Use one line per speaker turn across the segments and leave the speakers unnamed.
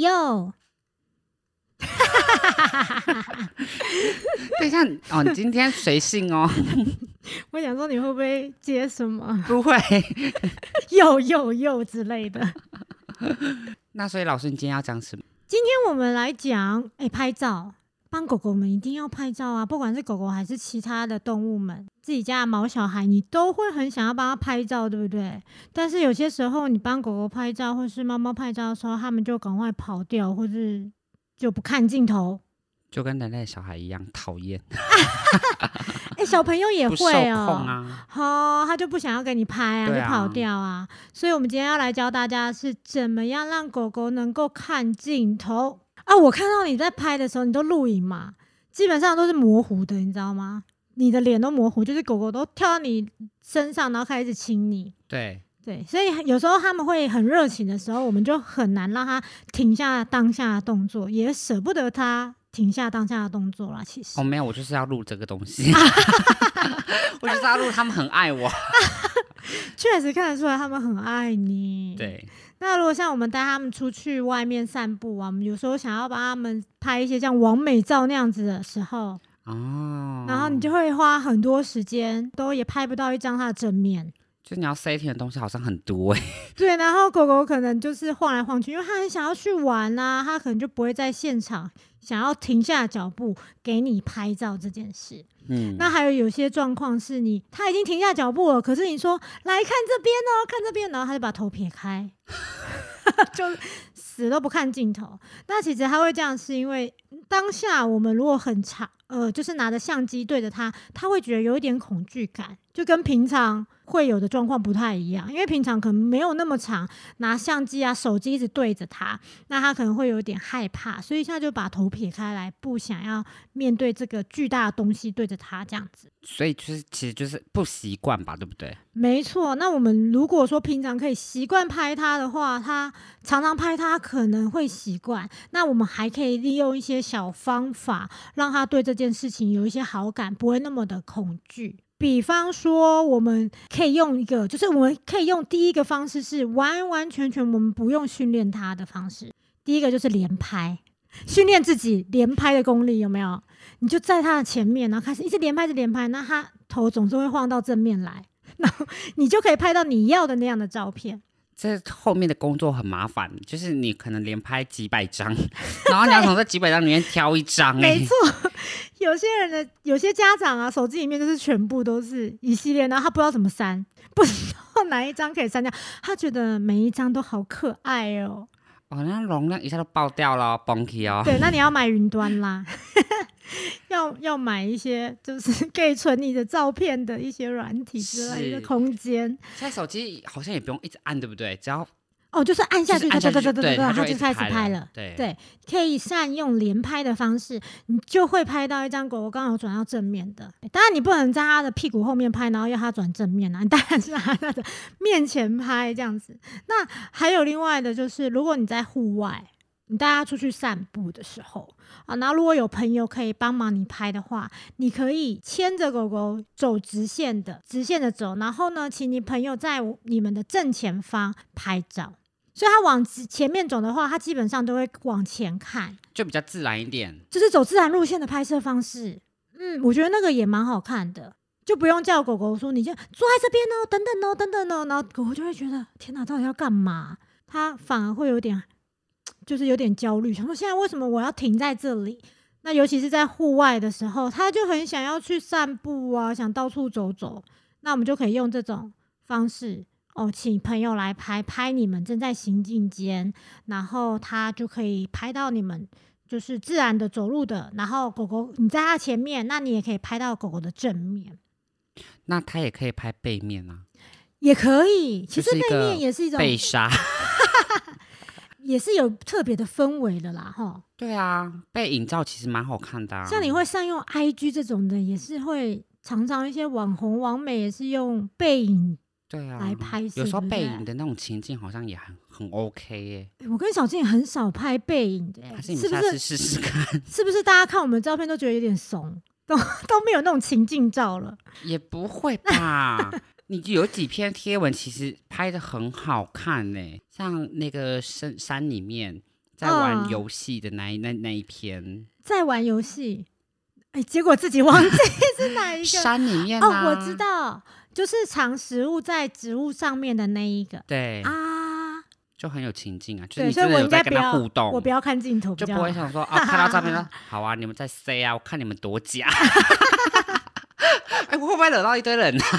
右。
等一下哦，你今天随 性哦，
我想说你会不会接什么
不会。
又又又之类的？
那所以老师，你今天要讲什么？
今天我们来讲，哎、拍照，帮狗狗们一定要拍照啊！不管是狗狗还是其他的动物们，自己家的毛小孩，你都会很想要帮它拍照，对不对？但是有些时候，你帮狗狗拍照或是猫猫拍照的时候，它们就赶快跑掉，或是就不看镜头。
就跟人类的小孩一样讨厌，
哎、小朋友也
不受
会
控
哦、
啊。
哦，他就不想要跟你拍啊，
对
就跑
啊
掉啊。所以，我们今天要来教大家是怎么样让狗狗能够看镜头啊。我看到你在拍的时候，你都录影嘛，基本上都是模糊的，你知道吗？你的脸都模糊，就是狗狗都跳到你身上，然后开始亲你。
对，
对，所以有时候他们会很热情的时候，我们就很难让他停下当下的动作，也舍不得他停下当下的动作啦。其实
哦，没有，我就是要录这个 东西， 我就是要录他们很爱我。
确实看得出来，他们很爱你。。
对，
那如果像我们带他们出去外面散步啊，我们有时候想要帮他们拍一些像完美照那样子的时候，
哦，
然后你就会花很多时间，都也拍不到一张它的正面。
就你要 setting 的东西好像很多哎、
对，然后狗狗可能就是晃来晃去，因为它很想要去玩啊，它可能就不会在现场想要停下脚步给你拍照这件事。
嗯，
那还有有些状况是你他已经停下脚步了，可是你说来看这边哦，看这边，然后他就把头撇开， 就是死都不看镜头。那其实他会这样，是因为当下我们如果很长，呃，就是拿着相机对着他，他会觉得有一点恐惧感，就跟平常会有的状况不太一样，因为平常可能没有那么长，拿相机啊、手机一直对着他，那他可能会有点害怕，所以他就把头撇开来，不想要面对这个巨大的东西对着他这样子。
所以就是其实就是不习惯吧，对不对？
没错，那我们如果说平常可以习惯拍它的话，它常常拍它可能会习惯。那我们还可以利用一些小方法，让它对这件事情有一些好感，不会那么的恐惧。比方说，我们可以用一个，就是我们可以用第一个方式是完完全全我们不用训练它的方式。第一个就是连拍，训练自己连拍的功力有没有？你就在它的前面，然后开始一直连拍，一直连拍，那它头总是会晃到正面来。你就可以拍到你要的那样的照片。
这后面的工作很麻烦，就是你可能连拍几百 张，然后你要从这几百张里面挑一张、哎，
没错， 有些人的有些家长啊，手机里面就是全部都是一系列，然后他不知道怎么删，不知道哪一张可以删掉，他觉得每一张都好可爱哦。
哦，那容量一下就爆掉了哦，崩起哦。
对，那你要买云端啦， 要要买一些就是可以存你的照片的一些软体之类的
是
空间。
现在手机好像也不用一直按，对不对？只要
哦，就是按下
就
去，
是按下去
对
就，
对对，它
它一
就
直
开始
拍
拍了。
对
对，可以善用连拍的方式，你就会拍到一张狗狗刚好转到正面的。当然，你不能在它的屁股后面拍，然后要它转正面啊， 你当然是在它的面前拍这样子。那还有另外的就是，如果你在户外，你带它出去散步的时候啊，然后如果有朋友可以帮忙你拍的话，你可以牵着狗狗走直线的，直线的走，然后呢，请你朋友在你们的正前方拍照。所以它往直前面走的话，它基本上都会往前看，
就比较自然一点。
就是走自然路线的拍摄方式。嗯，我觉得那个也蛮好看的，就不用叫狗狗说你就坐在这边哦，等等哦，等等哦，然后狗狗就会觉得天哪，到底要干嘛？它反而会有点，就是有点焦虑，想说现在为什么我要停在这里？那尤其是在户外的时候，它就很想要去散步啊，想到处走走。那我们就可以用这种方式哦，请朋友来拍拍你们正在行进间，然后它就可以拍到你们就是自然的走路的，然后狗狗你在它前面，那你也可以拍到狗狗的正面，
那它也可以拍背面啊，
也可以。其实
就是一
背面
个
也是一种，
背杀。
也是有特别的氛围的啦，哈。
对啊，背影照其实蛮好看的、啊。
像你会善用 IG 这种的，也是会常常一些网红、网美也是用背影。
对啊，
来拍摄
有时候
对不
背
对
影的那种情境好像也很很 OK 耶、
诶我跟小静也很少拍背影的、诶
还是你
是
们
不
下
是
次试试看？
是不是大家看我们照片都觉得有点怂，都都没有那种情境照了？
也不会 吧？你有几篇贴文其实拍的很好看呢、像那个山山里面在玩
嗯
游戏的那一那那一篇
在玩游戏，哎、结果自己忘记 是哪一个。
山里面
哦，
啊
我知，道，就是藏食物在植物上面的那一个
对，
啊。
就很有情境啊，就是
对，
你
所以我
真的
应
有在
该不
跟他
要
互动，
我不要看镜头，
就
比较
不会
好
想说啊，看到照片说好啊，你们在 say 啊，我看你们多假。 哎，我会不会惹到一堆人啊？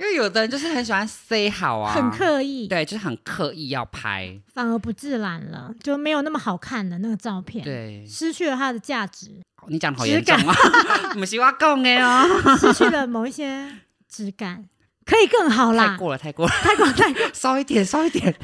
因为有的人就是很喜欢 say 好啊，
很刻意，
对，就是很刻意要拍，
反而不自然了，就没有那么好看的那个照片，，
对，
失去了它的价值，
你讲得好
质
严重啊， 不是我讲的哦，
失去了某一些质感，可以更好
太
啦。
过了，太过了，
太过太 过，
烧一点，烧一点，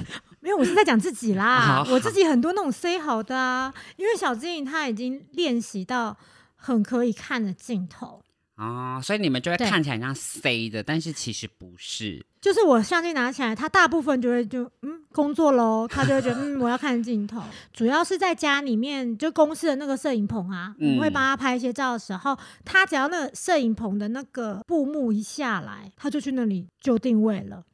没有，我是在讲自己啦
啊好，
我自己很多那种 C 好的啊，因为小金他已经练习到很可以看的镜头。
哦，所以你们就会
对
看起来像 say 的，但是其实不是，
就是我相机拿起来，他大部分就会就嗯工作喽，他就会觉得嗯我要看镜头，主要是在家里面就公司的那个摄影棚啊，
嗯
我们会帮他拍一些照的时候，他只要那个摄影棚的那个布幕一下来，他就去那里就定位了。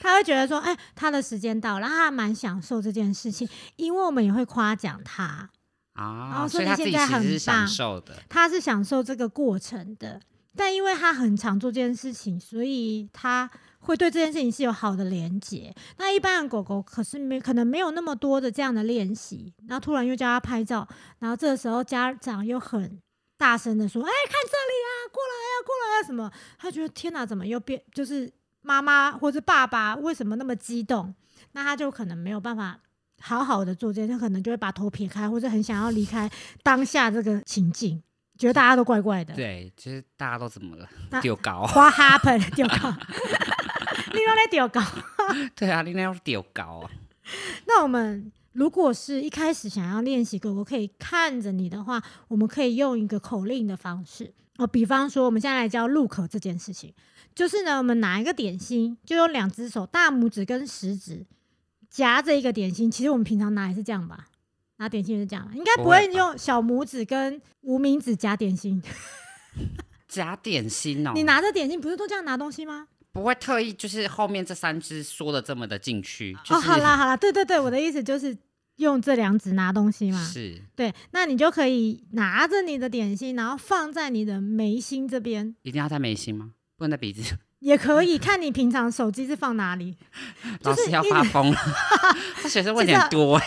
他会觉得说，哎、他的时间到了，然后他还蛮享受这件事情，因为我们也会夸奖他，
啊，
哦
所
所
以
以
他
你
自己
现在
其实
很
是享
棒
受的，
他是享受这个过程的，但因为他很常做这件事情，所以他会对这件事情是有好的连接。那一般的狗狗可是没可能没有那么多的这样的练习，然后突然又叫他拍照，然后这个时候家长又很大声的说：“哎、看这里啊，过来啊，过来啊！”什么？他觉得天哪，怎么又变？就是妈妈或者爸爸为什么那么激动？那他就可能没有办法。好好的做这件事，他可能就会把头撇开，或者很想要离开当下这个情境，觉得大家都怪怪的。
对，就是大家都怎么了
嗯那，
丢高。啊
花 happen 丢 高，你都在丢高。
对啊，你那要丢高啊！
那我们如果是一开始想要练习狗狗可以看着你的话，我们可以用一个口令的方式哦，比方说我们现在来教入口这件事情，就是呢，我们拿一个点心，就用两只手，大拇指跟食指夹着一个点心。其实我们平常拿也是这样吧。拿点心也是这样吧，应该
不
不
会
会用小拇指跟无名指夹点心。
夹点心哦，
你拿着点心不是都这样拿东西吗？
不会特意就是后面这三只说的这么的进去，就是、
哦，好啦好啦，对对对，我的意思就是用这两指拿东西嘛。
是
对，那你就可以拿着你的点心，然后放在你的眉心这边，
一定要在眉心吗？不能在鼻子，
也可
嗯
以看你平常手机是放哪里，
老
就是
师要
一
发 疯了。这学生问题
其实
很多哎、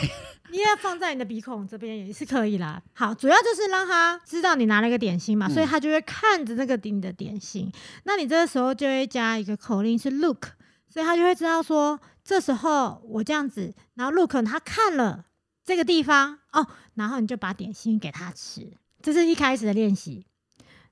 你也放在你的鼻孔这边也是可以啦。好，主要就是让他知道你拿了一个点心嘛，所以
嗯
他就会看着那个你的点心。那你这个时候就会加一个口令是 look，所以他就会知道说，这时候我这样子，然后 look 他看了这个地方哦，然后你就把点心给他吃，这是一开始的练习。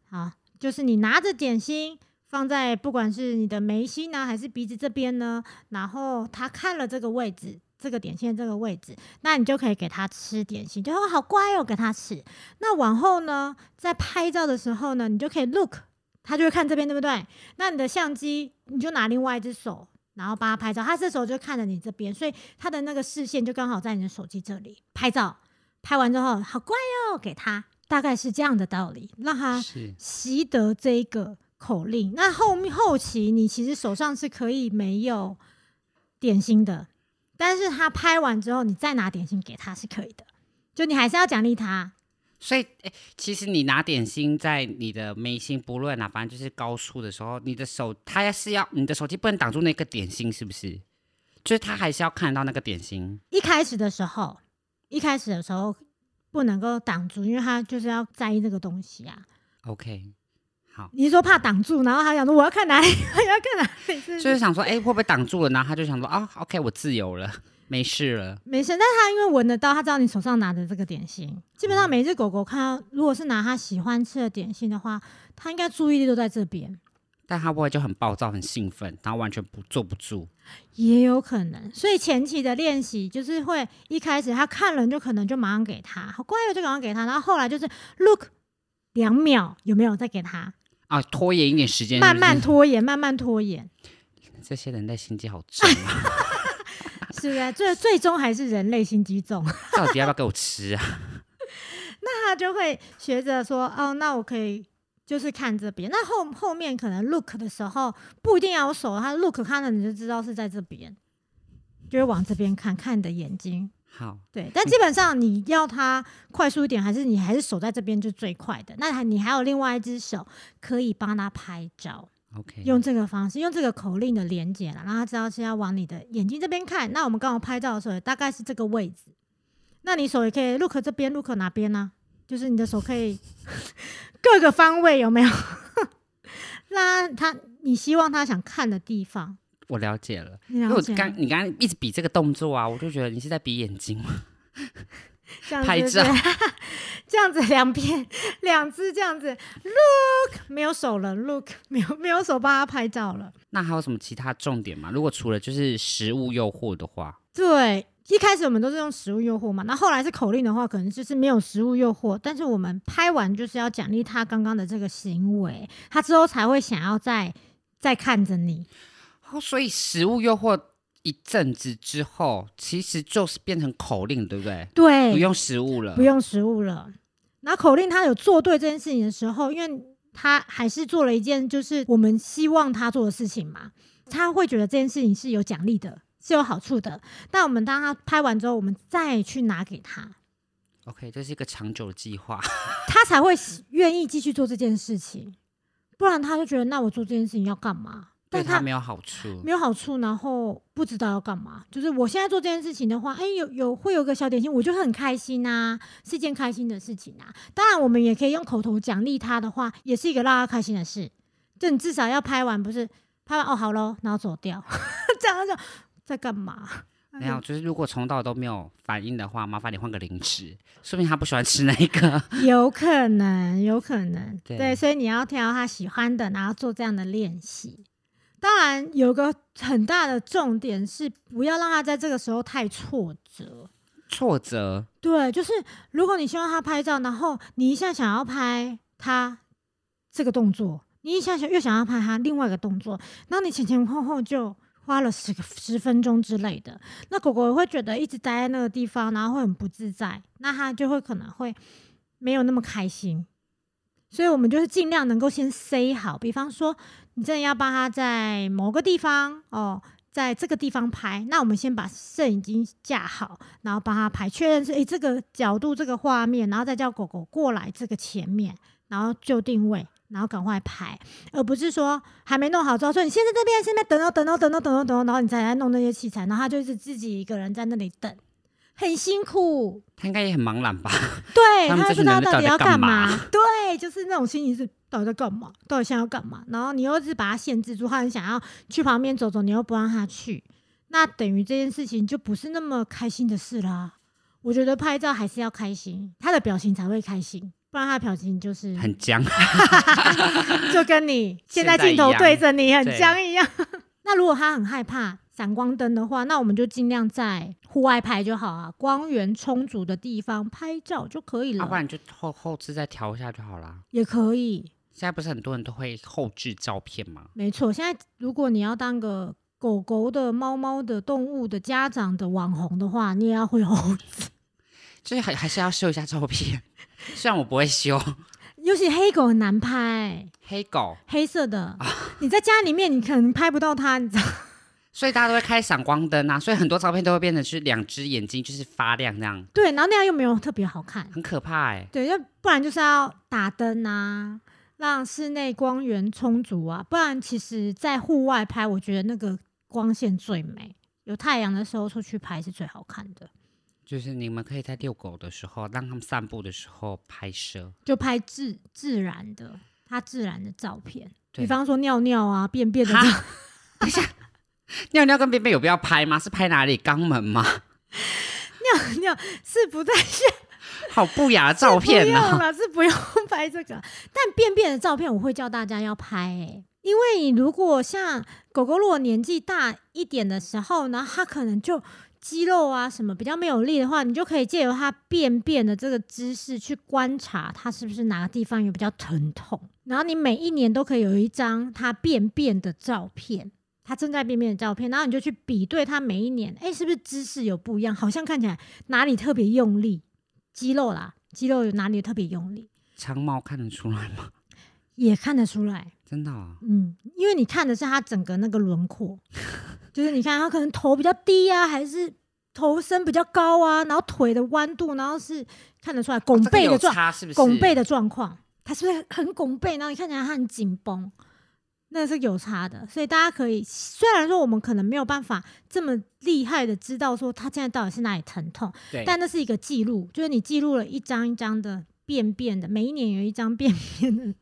好，就是你拿着点心。放在不管是你的眉心呢、还是鼻子这边呢，然后他看了这个位置，这个点线这个位置，那你就可以给他吃点心，就说哦好乖哦，给他吃。那往后呢，在拍照的时候呢，你就可以 look，他就会看这边，对不对？那你的相机你就拿另外一只手，然后帮他拍照，他这时候就看着你这边，所以他的那个视线就刚好在你的手机这里拍照。拍完之后，好乖哦，给他，大概是这样的道理，让他
是
习得这一个口令。那后面后期你其实手上是可以没有点心的，但是他拍完之后，你再拿点心给他是可以的，就你还是要奖励他。
所以哎、其实你拿点心在你的眉心，不论哪、反正就是高处的时候，你的手它是要你的手机不能挡住那个点心，是不是？就是它还是要看得到那个点心。
一开始的时候，一开始的时候不能够挡住，因为他就是要在意这个东西啊。
OK，好。
你是说怕挡住，然后他想说我要看哪里， 我要看哪里，是不是
就是想说，哎、会不会挡住了？然后他就想说，啊，OK，我自由了， 没事了。
没事，但是它因为闻得到，它知道你手上拿的这个点心。基本上每一只狗狗看到，如果是拿它喜欢吃的点心的话，它应该注意力都在这边，
但他会不会就很暴躁、很兴奋，然后完全不坐不住？
也有可能。所以前期的练习就是会一开始它看人就可能就马上给它，好乖哦，就马上给它，然后后来就是 look 两秒有没有再给它，
啊，拖延一点时间，
慢慢
是
拖延，慢慢拖延，
不是。这些人类心机好重啊！
是不是？最最终还是人类心机重。
到底要不要给我吃啊？
他就会学着说，哦，那我可以就是看这边。那后后面可能 look 的时候不一定要有手，他 look 看了你就知道是在这边。就会往这边看，看你的眼睛。
好，
对，但基本上你要它快速一点，还是你还是手在这边就最快的。那还你还有另外一只手可以帮它拍照，
，OK，
用这个方式，用这个口令的连接啦，让它知道是要往你的眼睛这边看。那我们刚好拍照的时候，大概是这个位置。那你手也可以 look 这边，look 哪边呢、就是你的手可以 各个方位有没有？ 那他你希望他想看的地方，
我了解了。
你
因为我
了解吗
刚你刚刚一直比这个动作啊，我就觉得你是在比眼睛 嘛。
这样子
拍照，
这样子两边两只这样子，look 没有手了，look 没有没有手帮他拍照了。
那还有什么其他重点吗？如果除了就是食物诱惑的话，
对，一开始我们都是用食物诱惑嘛，那后来是口令的话，可能就是没有食物诱惑，但是我们拍完就是要奖励他刚刚的这个行为，他之后才会想要再再看着你。
哦，所以食物诱惑一阵子之后，其实就是变成口令，对不对？
对，
不用食物了，
不用食物了。那口令他有做对这件事情的时候，因为他还是做了一件就是我们希望他做的事情嘛，他会觉得这件事情是有奖励的，是有好处的。但我们当他拍完之后，我们再去拿给他，
OK，这是一个长久的计划。
他才会愿意继续做这件事情。不然他就觉得那我做这件事情要干嘛？
对
但
他
他
没有好处。
没有好处，然后不知道要干嘛。就是我现在做这件事情的话，哎、有有会有个小点心，我就很开心呐、是一件开心的事情啊。当然，我们也可以用口头奖励他的话，也是一个让他开心的事。就你至少要拍完，不是拍完哦好咯，然后走掉， 这样就在干嘛？
没
嗯
有，就是如果从头到尾都没有反应的话，麻烦你换个零食，说明他不喜欢吃那一个。
有可能，有可能，
对
所以你要挑他喜欢的，然后做这样的练习。当然，有个很大的重点是，不要让他在这个时候太挫折。
挫折，
对，就是如果你希望他拍照，然后你一下想要拍他这个动作，你一下想又想要拍他另外一个动作，然后你前前后后就花了十个十分钟之类的，那狗狗会觉得一直待在那个地方，然后会很不自在，那它就会可能会没有那么开心。所以我们就是尽量能够先塞好，比方说你真的要帮他在某个地方哦，在这个地方拍，那我们先把摄影机架好，然后帮他拍，确认是诶、这个角度、这个画面，然后再叫狗狗过来这个前面，然后就定位，然后赶快拍，而不是说还没弄好之后说你现在这边现在等哦等哦等哦等哦等哦，然后你才来弄那些器材，然后他就是自己一个人在那里等，很辛苦。
他应该也很茫然吧？
对
他们
他
这
不
群
知道
人到
到底
底在
要
干
干
嘛
嘛。对，就是那种心情是到底在干嘛？到底现在要干嘛？然后你又是把他限制住，他很想要去旁边走走，你又不让他去，那等于这件事情就不是那么开心的事啦。我觉得拍照还是要开心，他的表情才会开心，不然他的表情就是啊
很僵。
就跟你现在
现在
镜头
一样
对着你很
对
僵一样。 那如果他很害怕闪光灯的话，那我们就尽量在户外拍就好啊，光源充足的地方拍照就可以
要、
了，
啊不然你就后后置再调一下就好啦。
也可以。
现在不是很多人都会后置照片吗？
没错，现在如果你要当个狗狗的、猫猫的、动物的家长的网红的话，你也要会红，
就是还还是要修一下照片。 虽然我不会修，
尤其黑狗很难拍，
黑狗，
黑色的，你在家里面你可能拍不到它，你知道吗。
所以大家都会开闪光灯啊，所以很多照片都会变成是两只眼睛就是发亮那样，
对，然后那样又没有特别好看。
很可怕哎、
对，要不然就是要打灯啊，让室内光源充足啊，不然其实在户外拍，我觉得那个光线最美，有太阳的时候出去拍是最好看的，
就是你们可以在遛狗的时候，让他们散步的时候拍摄。
就拍自自然的，它自然的照片，比
对
方说尿尿啊、便便的照
哈，等一下，尿尿跟便便有必要拍吗？是拍哪里？肛门吗？
尿尿是不太需
好不雅的照片
不用
哦。
了，是不用拍这个。但便便的照片我会叫大家要拍、欸，因为你如果像狗狗，如果年纪大一点的时候呢，它可能就肌肉啊什么比较没有力的话，你就可以借由它便便的这个姿势去观察它是不是哪个地方有比较疼痛，然后你每一年都可以有一张它便便的照片。它正在便便的照片，然后你就去比对它每一年，哎、是不是姿势有不一样？好像看起来哪里特别用力，肌肉啦，肌肉有哪里特别用力，
长毛看得出来吗？
也看得出来。
真的、哦，
嗯，因为你看的是它整个那个轮廓， 就是你看它可能头比较低啊，还是头身比较高啊，然后腿的弯度，然后是看得出来拱
哦这个
背的
有
状，
差是不是？
拱背的状况，它是不是很拱背？然后你看起来它很紧绷，那是有差的。所以大家可以，虽然说我们可能没有办法这么厉害的知道说它现在到底是哪里疼痛，
对，
但那是一个记录，就是你记录了一张一张的便便的，每一年有一张便便的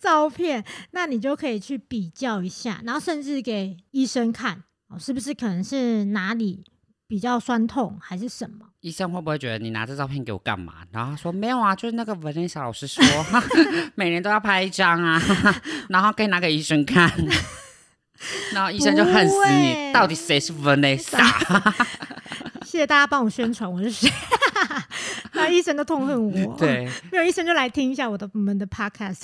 照片，那你就可以去比较一下，然后甚至给医生看，哦，是不是可能是哪里比较酸痛还是什 么？
医生会不会觉得你拿这照片给我干嘛？然后他说没有啊，就是那个文丽小老师说， 每年都要拍一张啊， 然后可以拿给医生看。 然后医生就恨死
不会
你，到底谁是 Vanessa？
谢谢大家帮我宣传我是谁， 那医生都痛恨我。，
对，
没有医生就来听一下我的我们的 podcast。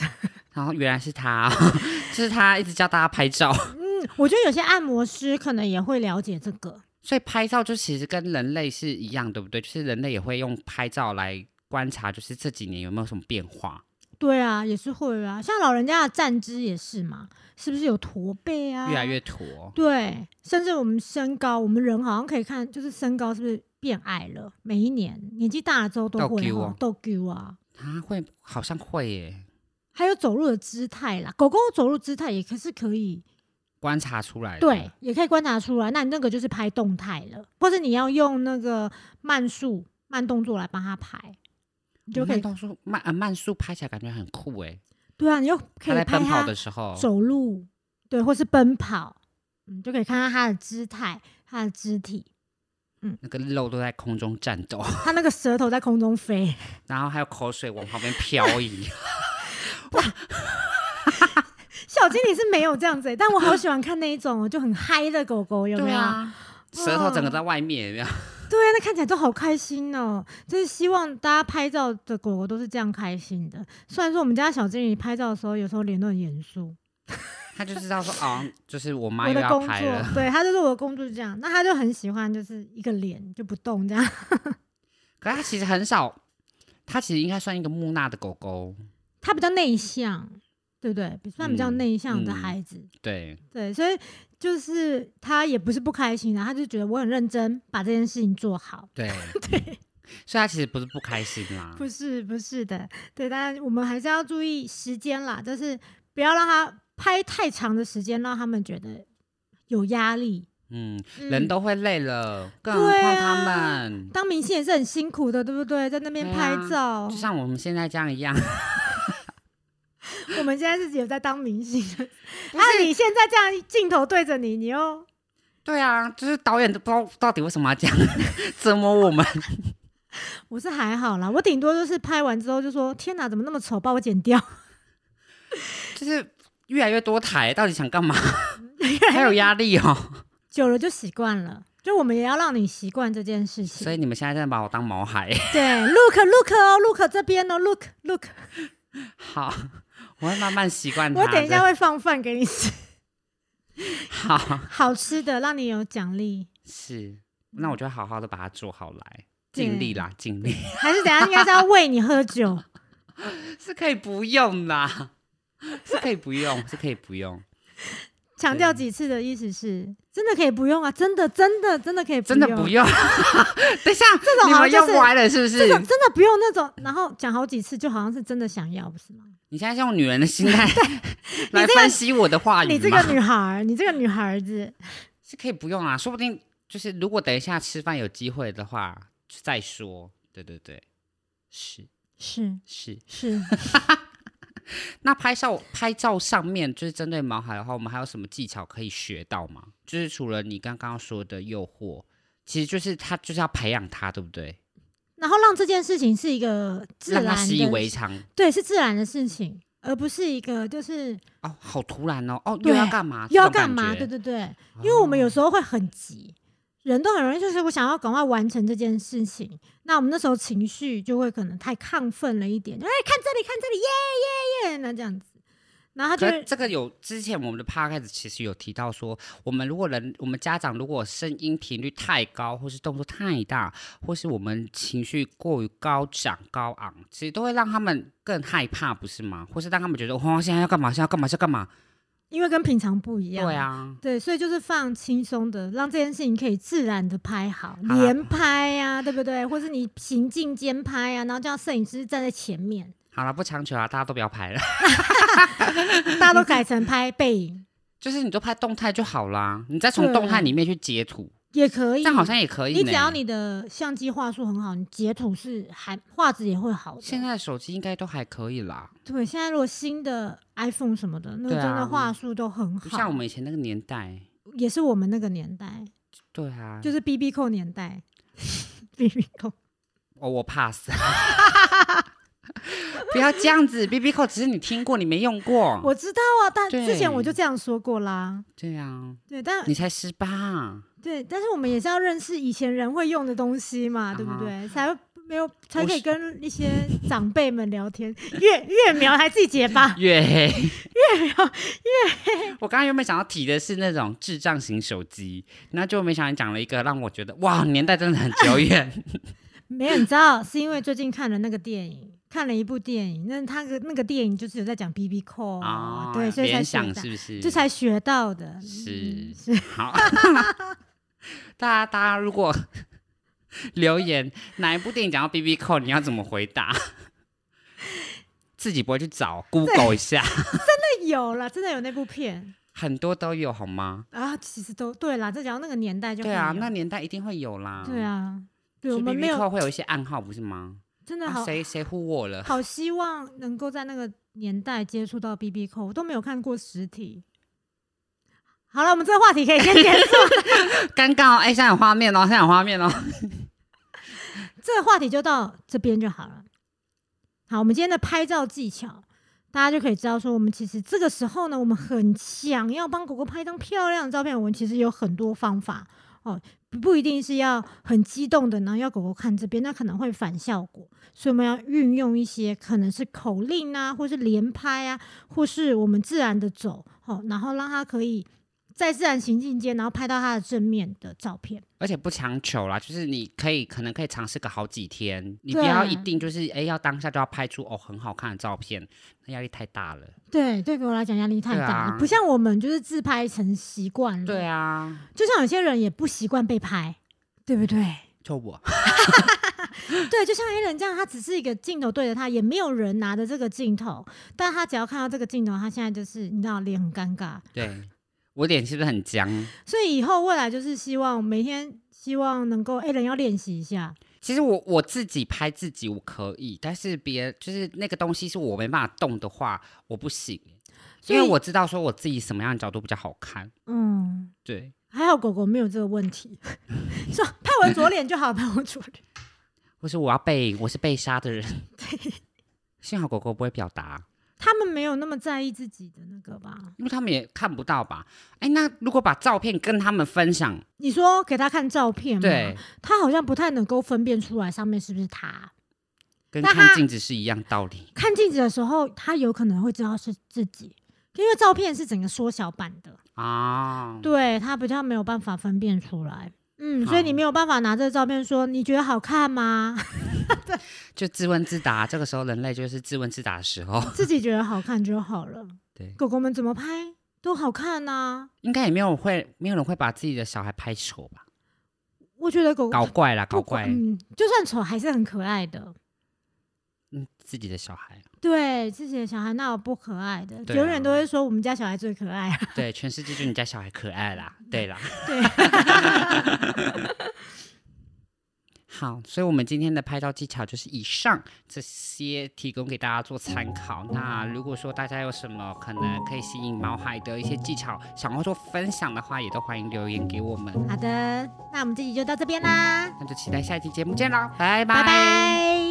然后原来是他， 就是他一直叫大家拍照，
嗯，我觉得有些按摩师可能也会了解这个。
所以拍照就其实跟人类是一样，对不对？就是人类也会用拍照来观察，就是这几年有没有什么变化。
对啊，也是会啊，像老人家的站姿也是嘛，是不是有驼背啊？
越来越驼，
对，甚至我们身高，我们人好像可以看，就是身高是不是变矮了？每一年年纪大了之后都
斗
会
丢
哈
哦
都丢啊，
他会好像会耶，
还有走路的姿态啦，狗狗走路姿态也可是可以，
观察出来的。
对，也可以观察出来。那你那个就是拍动态了，或者你要用那个慢速慢动作来帮它排，你就可
慢
以
动作慢呃慢速拍起来感觉很酷哎，
对啊，你就可
他
以
在
拍
奔跑
它
的时候，
走路，对，或是奔跑，你就可以看到它的姿态、它的肢体，
那个肉都在空中战斗，
它那个舌头在空中飞。
然后还有口水往旁边 漂移。
小精灵是没有这样子欸、但我好喜欢看那一种哦，就很嗨的狗狗，有没嗯
对
有？
啊，舌头整个在外面，有没有？
对啊，那看起来都好开心哦。就是希望大家拍照的狗狗都是这样开心的。虽然说我们家小精灵拍照的时候，有时候脸都很严肃，
他就知道说哦，就是我妈
我
又
的
要
工
拍了。
作，对，它就是我的工作这样。那它就很喜欢，就是一个脸就不动这样。
可是他其实很少，他其实应该算一个木讷的狗狗。
它比较内向，对不对？比算比较
嗯
内向的
嗯
孩子，
对，
对，所以就是他也不是不开心啊，他就觉得我很认真把这件事情做好。
对对，所以他其实不是不开心啦。
不是不是的，对，当然我们还是要注意时间啦，就是不要让他拍太长的时间，让他们觉得有压力。
嗯，
嗯
人都会累了，更何
对
况
啊
他们。
当明星也是很辛苦的，对不对？在那边
对
拍
啊
照，
就像我们现在这样一样，
我们现在自己有在当明星，那你现在这样镜头对着你，你又
对啊，就是导演都不知道到底为什么要这样 折磨我们。
我是还好啦，我顶多就是拍完之后就说天哪，怎么那么丑，把我剪掉，
就是越来越多台，到底想干嘛？ 还有压力哦，
久了就习惯了。就我们也要让你习惯这件事情，
所以你们现在在把我当毛孩。
对，look look 哦，look 这边哦，look look，
好，我会慢慢习惯它
我
嗯的。
等一下会放饭给你吃，
好
好吃的，让你有奖励。
是，那我就好好的把它做好来，尽力啦，尽力
还是等一下应该是要喂你喝 酒，
是可以不用啦，是可以不用，是可以不用，
强调几次的意思是，真的可以不用啊，真的真的真的可以不
真
用，
的不用。 等一下，
这种
你
好像
们
就是
又歪了是不是
真？的真的不用那种，然后讲好几次，就好像是真的想要，不是吗？
你现在是用女人的心 态
这
来
个
分析我的话
你
语
这
吗
个？女孩儿，你这个女孩子，
是可以不用啊，说不定就是如果等一下吃饭有机会的话再说。对对对，是
是
是。
是，
那拍照拍照上面就是针对毛孩的话，我们还有什么技巧可以学到吗？就是除了你刚刚说的诱惑，其实就是他就是要培养他，对不对？
然后让这件事情是一个自
让
然
他
的，
习以为常。
对，是自然的事情，而不是一个就是
哦，好突然哦！哦，
对
又要干嘛？
又要
这种
干嘛？
感觉哦
对对对，因为我们有时候会很急，人都很容易就是我想要赶快完成这件事情。那我们那时候情绪就会可能太亢奋了一点，哎，看这里，看这里，耶耶耶，那这样子，然后他就
可
会
是这个有之前我们的 p o d c a s t 其实有提到说，我们如果人我们家长如果声音频率太高，或是动作太大，或是我们情绪过于高涨高昂，其实都会让他们更害怕，不是吗？或是让他们觉得我、哦、现在要干嘛？现在要干嘛？现在要干嘛？
因为跟平常不一样。
对，啊，
对，所以就是放轻松的，让这件事情可以自然的拍好，
好啦
连拍呀、对不对？或是你行进间拍呀、然后叫摄影师站在前面，
好了，不强求啊，大家都不要拍了，
大家都改成拍背影
就是你就拍动态就好啦，你再从动态里面去截图，
也可
这
以。
样好像也可以呢。
你只要你的相机画术很好，你截图是还画质也会好的。
现在的手机应该都还可以啦，
对，现在如果新的 iPhone 什么的，那个
对啊
真的画术都很
不
好，
像我们以前那个年代。
也是我们那个年代，
对啊，
就是 B B 扣年 代，B B 扣。
哦，我 pass。不要这样子，B B 扣只是你听过，你没用过。
我知道啊，但
对
之前我就这样说过啦。
对啊，
对，但
你才十八，
对，但是我们也是要认识以前人会用的东西嘛，对不
啊
对？才会没有才
我
可以
是
跟一些长辈们聊天。 越越描还自己结巴，
月黑月黑。我刚刚原本想要提的是那种智障型手机，那就没想到你讲了一个让我觉得哇，年代真的很久远。
没有，你知道是因为最近看了那个电影，看了一部电影，那他个那个电影就是有在讲 B B 扣
哦，
对，所以才学
联想
到
是，不是？
这才学到的。
是
嗯是
好， 大家大家如果 留言哪一部电影讲到 B B 扣，你要怎么回答？自己不会去找 Google 一下，
那有了，真的有那部片
很多都有好吗？
啊，其实都对啦，这讲到那个年代就
对啊，
会有
那年代一定会有啦。
对，啊，对
就
我
B
们没
B
有
扣会有一些暗号，不是吗？
真的
啊
好
谁谁呼我了？
好希望能够在那个年代接触到 B B 扣，我都没有看过实体。好了，我们这个话题可以先结束，
尴尬哦，哎，现在有画面哦，现在有画面哦。
这个话题就到这边就好了。好，我们今天的拍照技巧，大家就可以知道说，我们其实这个时候呢，我们很想要帮狗狗拍一张漂亮的照片，我们其实有很多方法哦，不不一定是要很激动的，然后要狗狗看这边，那可能会反效果，所以我们要运用一些可能是口令啊，或是连拍啊，或是我们自然的走哦，然后让它可以在自然行进间，然后拍到它的正面的照片。
而且不强求啦，就是你可以可能可以尝试个好几天，你不
对啊
要一定就是哎、要当下就要拍出哦很好看的照片，那压力太大了。
对，对我来讲压力太大了，
对啊
不像我们就是自拍成习惯了。
对，啊，
就像有些人也不习惯被拍，对不对？
就我
对，就像 A 人这样，他只是一个镜头对着他，也没有人拿着这个镜头，但他只要看到这个镜头，他现在就是你知道脸很尴尬，
对我脸是不是很僵？
所以以后未来就是希望每天希望能够 A 人要练习一下，
其实我我自己拍自己我可以，但是别就是那个东西是我没办法动的话，我不行，
所
因
以
为我知道说我自己什么样的角度比较好看。
嗯。
对，
还好狗狗没有这个问题， 说拍我左脸就好，拍我左脸。
或是我要被我是被杀 的人。幸好狗狗不会表达。
他们没有那么在意自己的那个吧？
因为他们也看不到吧？哎，那如果把照片跟他们分享，
你说给他看照片吗？
对，
他好像不太能够分辨出来上面是不是他。
跟
那他
看镜子是一样道理。
看镜子的时候，他有可能会知道是自己，因为照片是整个缩小版的，
啊，
对他比较没有办法分辨出来。嗯，
好
所以你没有办法拿这个照片说你觉得好看吗？
就自问自答。这个时候，人类就是自问自答的时候，
自己觉得好看就好了。
对
狗狗们怎么拍都好看啊呐、
应该也没有会，没有人会把自己的小孩拍丑吧？
我觉得狗
搞
狗
怪啦，
不
搞怪，
嗯，就算丑还是很可爱的。
嗯，自己的小孩，
对自己的小孩那有不可爱的，
对啊
永远都会说我们家小孩最可爱、啊。
对，全世界就你家小孩可爱啦，对啦。
对，
好，所以我们今天的拍照技巧就是以上这些提供给大家做参考。那如果说大家有什么可能可以吸引毛孩的一些技巧，想要做分享的话，也都欢迎留言给我们。
好的，那我们这集就到这边啦，
那就期待下一期节目见喽，拜
拜
拜。
拜。